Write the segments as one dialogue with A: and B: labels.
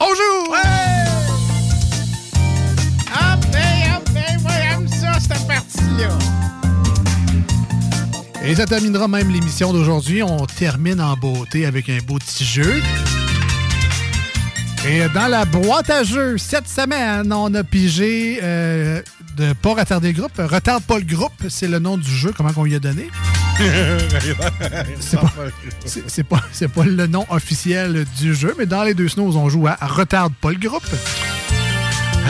A: Ah, ben,
B: Et ça terminera même l'émission d'aujourd'hui. On termine en beauté avec un beau petit jeu. Et dans la boîte à jeux, cette semaine, on a pigé euh, de pas retarder le groupe. Retarde pas le groupe, c'est le nom du jeu, comment qu'on lui a donné. c'est pas, c'est- c'est pas, c'est pas le nom officiel du jeu, mais dans les deux snows, on joue à Retarde pas le groupe.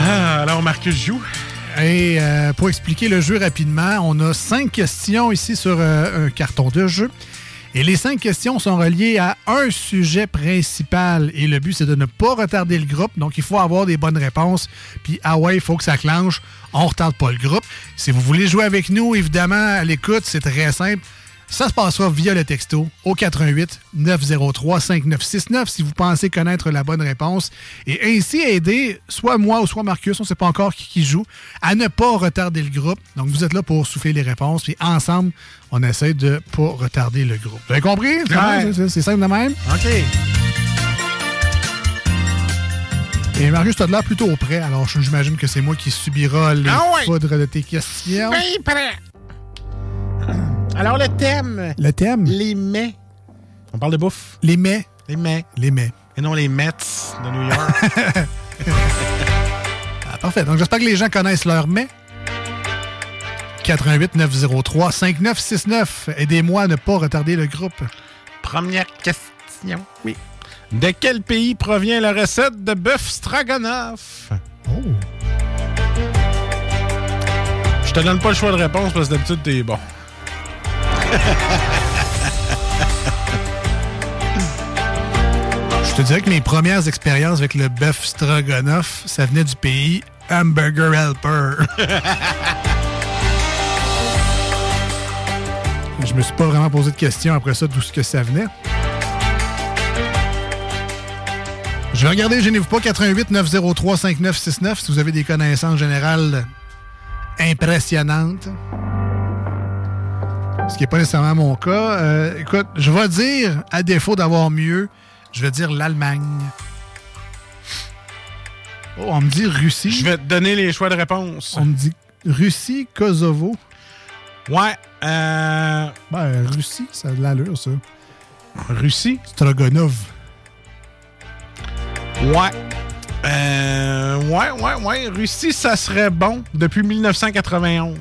A: Ah, alors Marcus joue.
B: Et euh, pour expliquer le jeu rapidement, on a cinq questions ici sur euh, un carton de jeu. Et les cinq questions sont reliées à un sujet principal. Et le but, c'est de ne pas retarder le groupe. Donc, il faut avoir des bonnes réponses. Puis, ah ouais, il faut que ça clenche. On retarde pas le groupe. Si vous voulez jouer avec nous, évidemment, à l'écoute, c'est très simple. Ça se passera via le texto au 88 903 5969 si vous pensez connaître la bonne réponse et ainsi aider soit moi ou soit Marcus, on ne sait pas encore qui, qui joue, à ne pas retarder le groupe. Donc vous êtes là pour souffler les réponses puis ensemble, on essaie de pas retarder le groupe. Vous avez compris? C'est
A: Ouais.
B: c'est- C'est simple de même.
A: OK.
B: Et Marcus, t'as de l'air plutôt prêt, alors j'imagine que c'est moi qui subira les
A: Ah ouais.
B: foudres de tes questions.
A: Bien prêt. Ben, Alors le thème,
B: Le thème?
A: les mets. On parle de bouffe.
B: Les mets.
A: Les mets.
B: Les mets.
A: Et non les Mets de New York.
B: Ah, Parfait. Donc, j'espère que les gens connaissent leur mais. 88 903 5969. Aidez-moi à ne pas retarder le groupe.
A: Première question. Oui. De quel pays provient la recette de bœuf stroganoff?
B: Oh.
A: Je te donne pas le choix de réponse parce que d'habitude t'es bon.
B: Je te dirais que mes premières expériences avec le bœuf stroganoff, ça venait du pays Hamburger Helper. Je me suis pas vraiment posé de questions après ça d'où ce que ça venait. Je vais regarder, gênez-vous pas, 88 903 5969 si vous avez des connaissances générales impressionnantes. Ce qui n'est pas nécessairement mon cas. Euh, écoute, je vais dire, à défaut d'avoir mieux, je vais dire l'Allemagne. Oh, on me dit Russie.
A: Je vais te donner les choix de réponse.
B: On me dit Russie, Kosovo.
A: Ouais. Euh,
B: Ben, Russie, ça a de l'allure, ça.
A: Russie?
B: Stroganov.
A: Ouais. Euh, ouais, ouais, ouais. Russie, ça serait bon depuis 1991.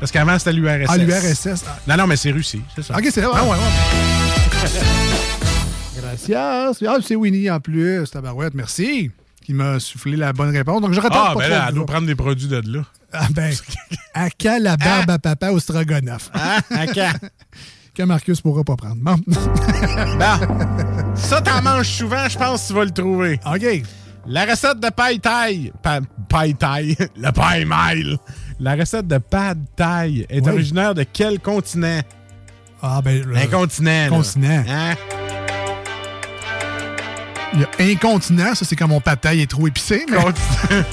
A: Parce qu'avant, c'était l'URSS.
B: Ah, l'URSS. Ah,
A: Non, non, mais c'est Russie, c'est ça.
B: ok, c'est vrai. Ah, ouais, ouais. Gracias. Ah, c'est Winnie en plus, tabarouette. Merci. Qui m'a soufflé la bonne réponse. Donc, je retarde
A: Ah,
B: pas trop
A: ben là,
B: le
A: elle doit
B: groupe.
A: prendre des produits de là.
B: Ah, ben, à quand la barbe à papa au Stroganov?
A: Hein? À quand?
B: Que Marcus pourra pas prendre. Bon.
A: Bon. Ça, t'en manges souvent, je pense que tu vas le trouver.
B: OK.
A: La recette de paille taille. Paille taille. Le paille mile. La recette de pad taille est
B: Oui.
A: originaire de quel continent?
B: Ah, ben,
A: Un
B: là,
A: continent. là.
B: continent.
A: Hein?
B: il y a incontinent. Ça, c'est quand mon pataille est trop épicé. mais-
A: Continent.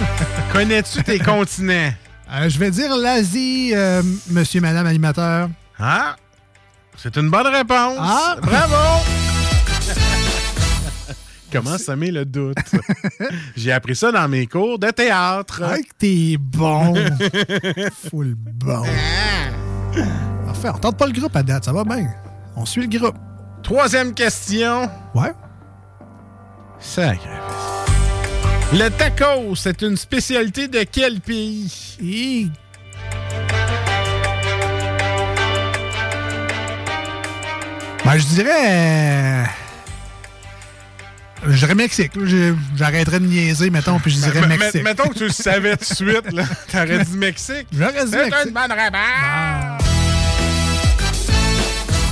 A: Connais-tu tes continents?
B: Euh, je vais dire l'Asie, euh, monsieur, madame, animateur.
A: Ah! C'est une bonne réponse!
B: Ah!
A: Bravo! Comment semer le doute? J'ai appris ça dans mes cours de théâtre.
B: Ah, que t'es bon! Full bon.
A: Ah.
B: Parfait, on tente pas le groupe à date, ça va bien. On suit le groupe.
A: Troisième question.
B: Ouais?
A: Sacré. Le taco, c'est une spécialité de quel pays?
B: Et... Ben, je dirais... euh, Je dirais Mexique. là. Je- J'arrêterais de niaiser, mettons, puis je dirais
A: M-
B: Mexique.
A: m- Mettons que tu le savais tout de suite, là. T'aurais dit Mexique.
B: J'aurais dit
A: C'est
B: Mexique.
A: une bonne réponse!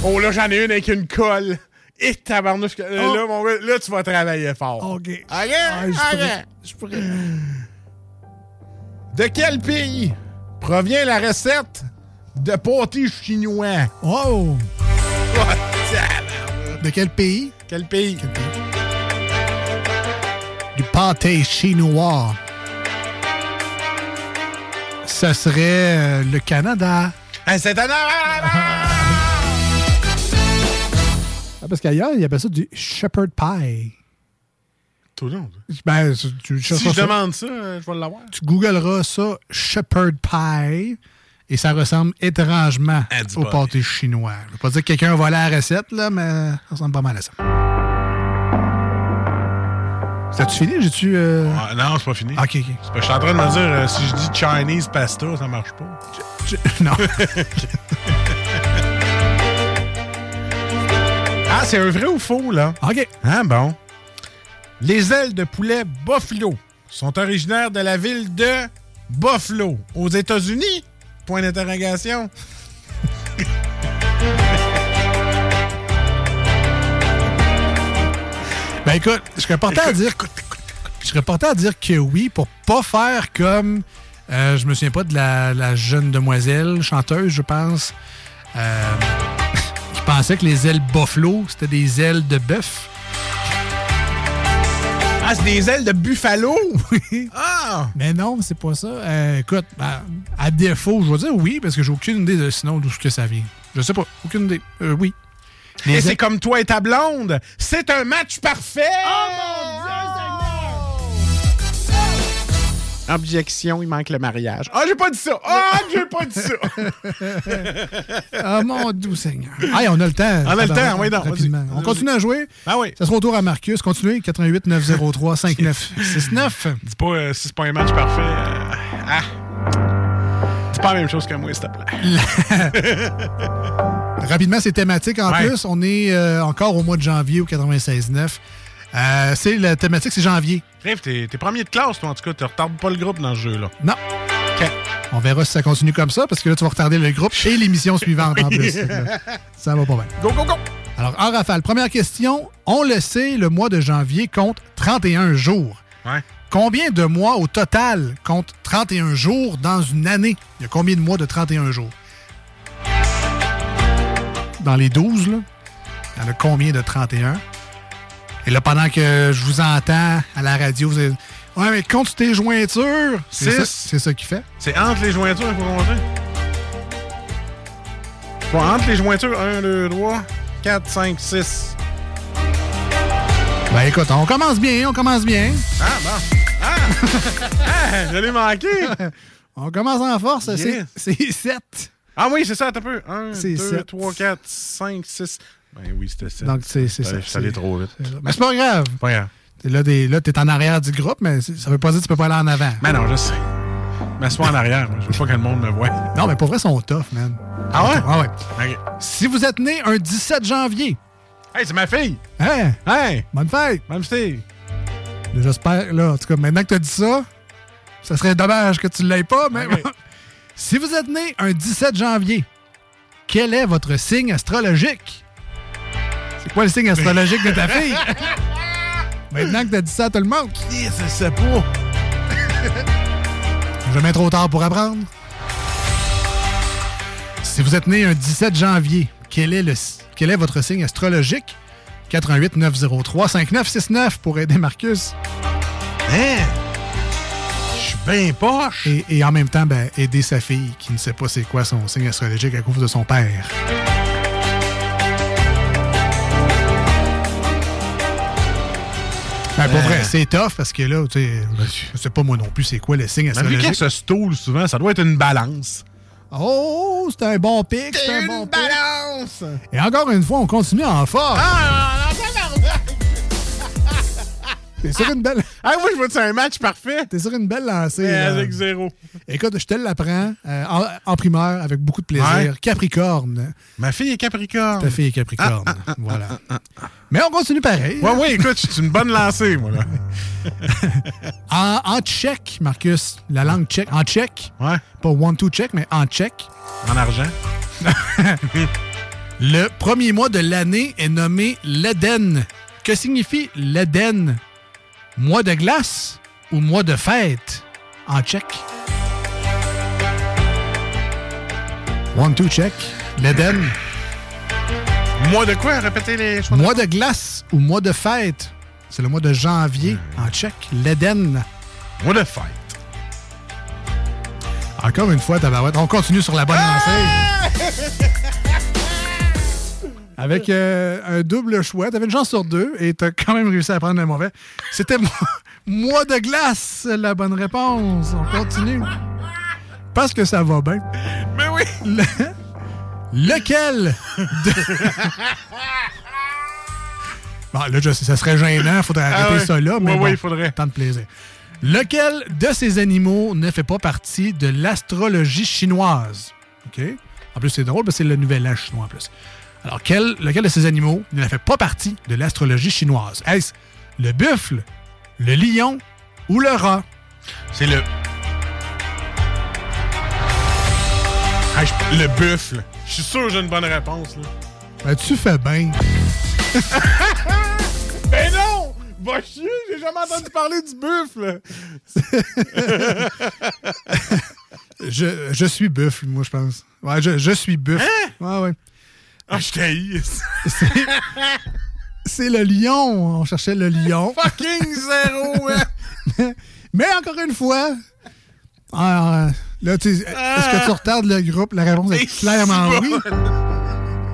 A: Oh là, j'en ai une avec une colle. Et tabarnouche. Euh,
B: Oh.
A: Là, mon gars, là, tu vas travailler fort.
B: OK.
A: Oh. OK,
B: Ah, je pourrais-
A: OK. De quel pays provient la recette de pâté chinois?
B: Oh!
A: Oh, tabarnouche.
B: De quel pays?
A: quel pays?
B: du pâté chinois. Ça serait euh, le Canada.
A: Ah, C'est un
B: Ah, parce qu'ailleurs, il appelle ça du shepherd pie.
A: Tout long.
B: Ben, tu, tu chercheras
A: Si je
B: ça.
A: demande ça, euh, je vais l'avoir.
B: Tu googleras ça, shepherd pie, et ça ressemble étrangement
A: Ah, dis
B: au
A: pas.
B: pâté chinois. Je veux pas dire que quelqu'un a volé la recette, là, mais ça ressemble pas mal à ça. T'as-tu fini? J'ai-tu... euh,
A: Ah, non, c'est pas fini.
B: ah, OK, OK.
A: C'est pas- Je suis en train de me dire, euh, si je dis Chinese pasta, ça marche pas.
B: Je- Non.
A: Ah, c'est un vrai ou faux, là?
B: OK.
A: Ah bon. Les ailes de poulet Buffalo sont originaires de la ville de Buffalo, aux États-Unis? Point d'interrogation.
B: Ben écoute, je serais porté à dire... Je serais porté à dire que oui pour pas faire comme... euh, je me souviens pas de la, la jeune demoiselle, chanteuse, je pense, euh, qui pensait que les ailes buffalo, c'était des ailes de bœuf.
A: Ah, c'est des ailes de Buffalo? Ah!
B: Mais non, c'est pas ça. Euh, écoute, ben, à défaut, je vais dire oui, parce que j'ai aucune idée de sinon d'où ce que ça vient. Je sais pas. Aucune idée. Euh, oui.
A: Et
B: Les
A: c'est
B: ailes-
A: comme toi et ta blonde. C'est un match parfait! Objection, il manque le mariage. Ah, j'ai pas dit ça! Ah, j'ai pas dit ça!
B: Ah, mon doux Seigneur. Hey, on a le temps.
A: On a le temps, oui, non,
B: Rapidement.
A: vas-y.
B: On continue à jouer.
A: Ah oui.
B: Ça sera au tour à Marcus. Continuez. 88 903 5969.
A: Dis pas euh, si c'est pas un match parfait. euh, ah! Dis pas la même chose que moi, s'il te plaît.
B: Rapidement, c'est thématique en
A: Ouais.
B: plus. On est euh, encore au mois de janvier au 96.9. Euh, c'est la thématique, c'est janvier.
A: Bref, t'es t'es premier de classe, toi, en tout cas. Tu retardes pas le groupe dans ce jeu-là.
B: Non. On verra si ça continue comme ça, parce que là, tu vas retarder le groupe et l'émission suivante en plus. Fait que là, Ça va pas mal.
A: Go, go, go!
B: Alors, en rafale, première question. On le sait, le mois de janvier compte 31 jours.
A: Ouais.
B: Combien de mois au total compte 31 jours dans une année? Il y a combien de mois de 31 jours? Dans les 12, là, il y en a combien de 31? Et là, pendant que je vous entends à la radio, vous allez... Ouais, mais compte sur tes jointures! C'est
A: Six.
B: ça- C'est ça qui fait.
A: C'est entre les jointures qu'il faut compter. Faut entre les jointures, 1, 2, 3, 4, 5, 6.
B: Ben écoute, on commence bien, on commence bien.
A: Ah, bon. Ah! ah! Je l'ai manqué!
B: On commence en force,
A: Yes.
B: c'est 7.
A: Ah oui, c'est ça, t'as peu. 1,
B: C'est
A: 2,
B: sept.
A: 3, 4, 5, 6. Ben oui, c'était 7.
B: Donc, c'est c'est ça.
A: ça. Ça allait trop vite.
B: c'est- Mais c'est pas grave.
A: Pas grave.
B: T'es Là, des- là, t'es en arrière du groupe, mais c'est- ça veut pas dire que tu peux pas aller en avant.
A: Mais non, je sais. M'assois en arrière, moi. je veux pas que le monde me voie.
B: Non, mais pour vrai, ils sont tough, man.
A: Ah ouais?
B: Ah ouais.
A: Ok.
B: Si vous êtes né un 17 janvier,
A: Hey, c'est ma fille!
B: hein,
A: Hey!
B: bonne fête!
A: Madame Steve!
B: Là, J'espère, là, en tout cas, maintenant que t'as dit ça, ça serait dommage que tu l'aies pas, mais...
A: Ok.
B: si vous êtes né un 17 janvier, quel est votre signe astrologique? C'est quoi le signe astrologique de ta fille? maintenant que t'as dit ça à tout le monde.
A: Yes, je sais pas!
B: Jamais trop tard pour apprendre. Si vous êtes né un 17 janvier, quel est, le, quel est votre signe astrologique? 88 903 5969 pour aider Marcus.
A: Hein? Je suis bien poche!
B: Et, et en même temps, ben, aider sa fille qui ne sait pas c'est quoi son signe astrologique à cause de son père. Ben, pour
A: Euh. Ben,
B: vrai, c'est tough parce que là, tu sais, je sais pas moi non plus c'est quoi le signe
A: Mais vu qu'elle
B: astrologique.
A: se stoule souvent, ça doit être une balance.
B: Oh, c'est un bon pic, c'est un bon pic.
A: balance!
B: Et encore une fois, on continue en force.
A: Ah,
B: T'es sur une belle,
A: Ah, moi, je vois que c'est un match parfait.
B: t'es sur une belle lancée. là.
A: avec zéro.
B: Écoute, je te l'apprends euh, en, en primeur avec beaucoup de plaisir.
A: Ouais.
B: Capricorne.
A: Ma fille est Capricorne.
B: Ta fille est Capricorne.
A: Ah,
B: voilà. Mais on continue pareil.
A: Ouais, ouais, écoute, c'est une bonne lancée, moi, là.
B: En, en tchèque, Marcus, la langue tchèque. En tchèque,
A: Ouais,
B: pas one-two tchèque, mais en tchèque.
A: en argent.
B: Le premier mois de l'année est nommé l'Éden. Que signifie l'Éden? Mois de glace ou mois de fête? En tchèque. One, two, check. L'Éden.
A: Moi, de quoi répéter les choix?
B: Mois de glace ou mois de fête? C'est le mois de janvier en tchèque. L'Éden.
A: Moi, de fête.
B: Encore une fois, Tabarouette, on continue sur la bonne lancée. Avec euh, un double choix. T'avais une chance sur deux et t'as quand même réussi à prendre le mauvais. C'était moi, moi de glace, la bonne réponse. On continue. Parce que ça va bien.
A: Mais oui!
B: Le- lequel de- Bon, là, je sais, ça serait gênant, faudrait arrêter
A: Ah ouais.
B: ça là, mais
A: Ouais,
B: bon,
A: ouais, il faudrait.
B: tant de plaisir. Lequel de ces animaux ne fait pas partie de l'astrologie chinoise? OK? En plus, c'est drôle, parce que c'est le nouvel âge chinois, en plus. Alors, quel- lequel de ces animaux ne fait pas partie de l'astrologie chinoise? Est-ce le buffle, le lion ou le rat?
A: C'est le. Ah, je- Le buffle. Je suis sûr que j'ai une bonne réponse. Là.
B: Ben, tu fais bien.
A: Mais non! Va chier, j'ai jamais entendu parler du buffle.
B: Je, je suis buffle, moi, je pense. Ouais, je, je suis buffle.
A: Hein?
B: Ouais, ouais.
A: Ah, je t'haïs.
B: C'est le lion. On cherchait le lion.
A: Fucking zéro, hein.
B: Mais encore une fois, ah, là, tu sais, est-ce que tu retardes le groupe? La réponse est
A: Ah. Et
B: clairement
A: c'est
B: oui.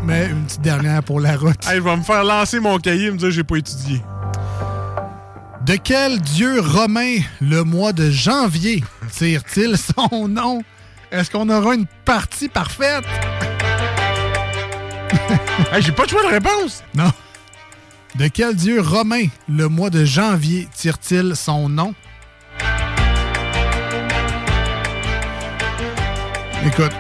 B: Mais une petite dernière pour la route.
A: Hey, je vais me faire lancer mon cahier et me dire que j'ai pas étudié.
B: De quel dieu romain le mois de janvier tire-t-il son nom? Est-ce qu'on aura une partie parfaite?
A: Hey, j'ai pas de choix de réponse.
B: Non. De quel dieu romain le mois de janvier tire-t-il son nom? Écoute,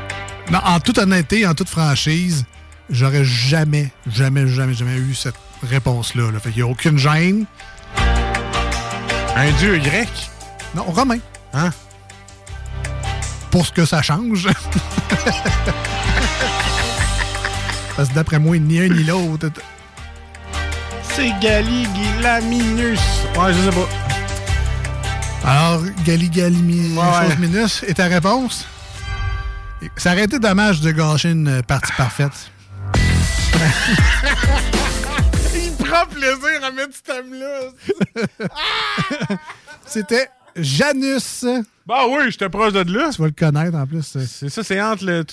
B: non, en toute honnêteté, en toute franchise, j'aurais jamais, jamais, jamais, jamais eu cette réponse-là. là. Fait qu'il n'y a aucune gêne.
A: Un dieu grec.
B: Non, romain.
A: Hein?
B: Pour ce que ça change. Parce que d'après moi, ni un ni l'autre.
A: C'est Galigilaminus. Ouais, je sais pas.
B: Alors, Gali Gali mi-
A: Ouais.
B: chose minus, et ta réponse? Ça aurait été dommage de gâcher une euh, partie parfaite.
A: Il prend plaisir à mettre ce thème-là.
B: C'était Janus. Tu
A: Bah oui, j'étais proche de là.
B: vas le connaître en plus. euh,
A: C'est ça, c'est entre le.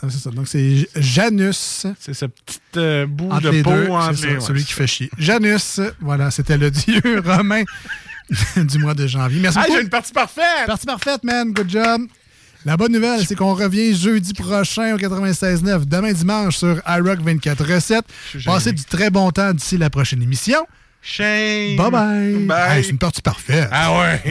B: ah, C'est ça. Donc, c'est J- Janus.
A: C'est ce petit euh, bout
B: Entre
A: de
B: les
A: peau
B: deux,
A: entre
B: c'est
A: les-
B: ça,
A: ouais,
B: celui qui fait chier. Janus, voilà, c'était le dieu romain du mois de janvier. Merci
A: Ah,
B: beaucoup.
A: j'ai une partie parfaite!
B: Partie parfaite, man. Good job. La bonne nouvelle, c'est qu'on revient jeudi prochain au 96.9, demain dimanche sur iRock 24 recettes.
A: suis gêné.
B: Passez du très bon temps d'ici la prochaine émission.
A: Shame!
B: Bye bye.
A: Bye!
B: Hey, c'est une partie parfaite.
A: Ah ouais!